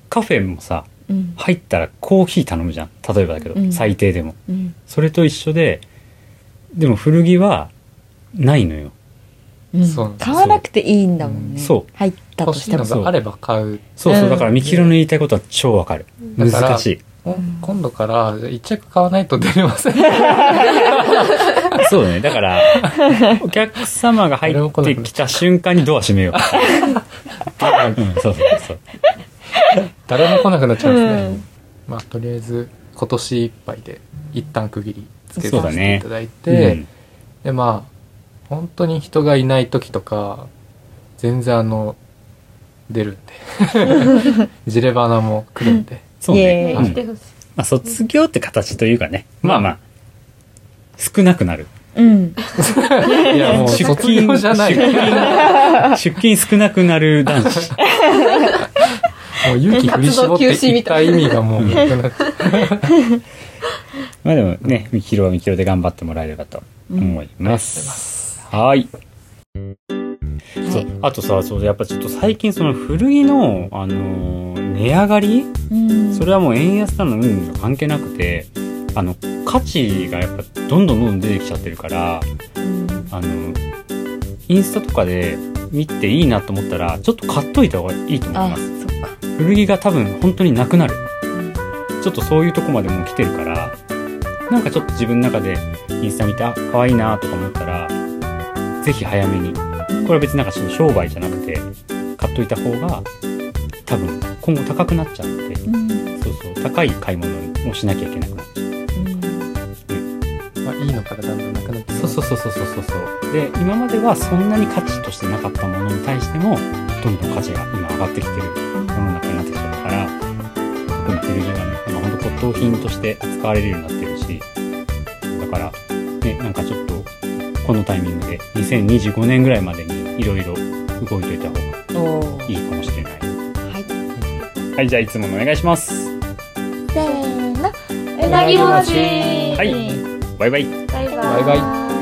Speaker 1: カフェもさ
Speaker 2: うん
Speaker 1: 入ったらコーヒー頼むじゃん例えばだけど、
Speaker 2: うん
Speaker 1: 最低でも
Speaker 2: うん
Speaker 1: それと一緒ででも古着はないのよ
Speaker 2: うん
Speaker 3: そうなんです
Speaker 2: 買わなくていいんだもんね
Speaker 1: そう
Speaker 2: 入ったと
Speaker 3: 欲
Speaker 2: し
Speaker 3: しい
Speaker 2: て
Speaker 3: の
Speaker 2: も
Speaker 1: そう
Speaker 3: があれば買う。
Speaker 1: そうそう、
Speaker 2: うん
Speaker 1: だからミキロの言いたいことは超わかる
Speaker 3: だから
Speaker 1: 難しい
Speaker 3: お今度から、じゃあ一着買わないと出れません。
Speaker 1: [LAUGHS] そうだね。だから、お客様が入ってきた瞬間にドア閉めよう。うん、そうそうそう。
Speaker 3: 誰も来なくなっちゃいますね、まあとりあえず今年いっぱいで一旦区切りつけ
Speaker 1: そうだ
Speaker 3: させて
Speaker 1: ね
Speaker 3: いただいて、
Speaker 1: うん
Speaker 3: でまあ本当に人がいない時とか全然あの出るんで [LAUGHS] ジレバナも来るんで
Speaker 1: そうね。
Speaker 2: イエ
Speaker 1: う
Speaker 2: ー
Speaker 4: 来
Speaker 1: ん
Speaker 4: てほしい。
Speaker 1: まあ、卒業って形というかね。まあまあ、少なくなる。
Speaker 2: うん
Speaker 3: いやもう
Speaker 1: 出
Speaker 3: 卒
Speaker 1: 勤
Speaker 3: 業じゃない
Speaker 1: 出勤出勤少なくなる男子。
Speaker 3: もう勇気振り絞って
Speaker 4: 活動休止
Speaker 3: 言
Speaker 4: み
Speaker 3: ったた
Speaker 4: い
Speaker 3: 意
Speaker 4: な
Speaker 3: 味がもうなくなっちゃう
Speaker 1: まあでもね、みきろはみきろで頑張ってもらえればと思います。はい。そうあとさそうやっぱちょっと最近その古着の、あのー値上がり
Speaker 2: うん
Speaker 1: それはもう円安なのうんぬん関係なくてあの価値がやっぱどんどんどんどん出てきちゃってるからあのインスタとかで見ていいなと思ったらちょっと買っといた方がいいと思い
Speaker 2: あ
Speaker 1: ます
Speaker 2: そっか
Speaker 1: 古着が多分本当になくなるちょっとそういうとこまでもう来てるからなんかちょっと自分の中でインスタ見てあ可愛いなとか思ったらぜひ早めにこれは別になんかその商売じゃなくて買っといた方が多分今後高くなっちゃうので
Speaker 2: うん
Speaker 1: そうそう高い買い物をしなきゃいけなくなっちゃ
Speaker 3: まあいいのからだんだんなくなって
Speaker 1: うそうそうそうそうそうそうで今まではそんなに価値としてなかったものに対してもどんどん価値が今上がってきてる世の中になってきたから特に古着がね今ほんと骨董品として使われるようになってるしだからねなんかちょっとこのタイミングで2025年ぐらいまでにいろいろ動いといた方が
Speaker 2: お
Speaker 1: いいかもしれない
Speaker 2: はい
Speaker 1: はいじゃあいつものお願いします
Speaker 2: せーの
Speaker 4: うなぎの味
Speaker 1: はいバイバイ
Speaker 2: バイバイ
Speaker 3: バイバイ
Speaker 2: イ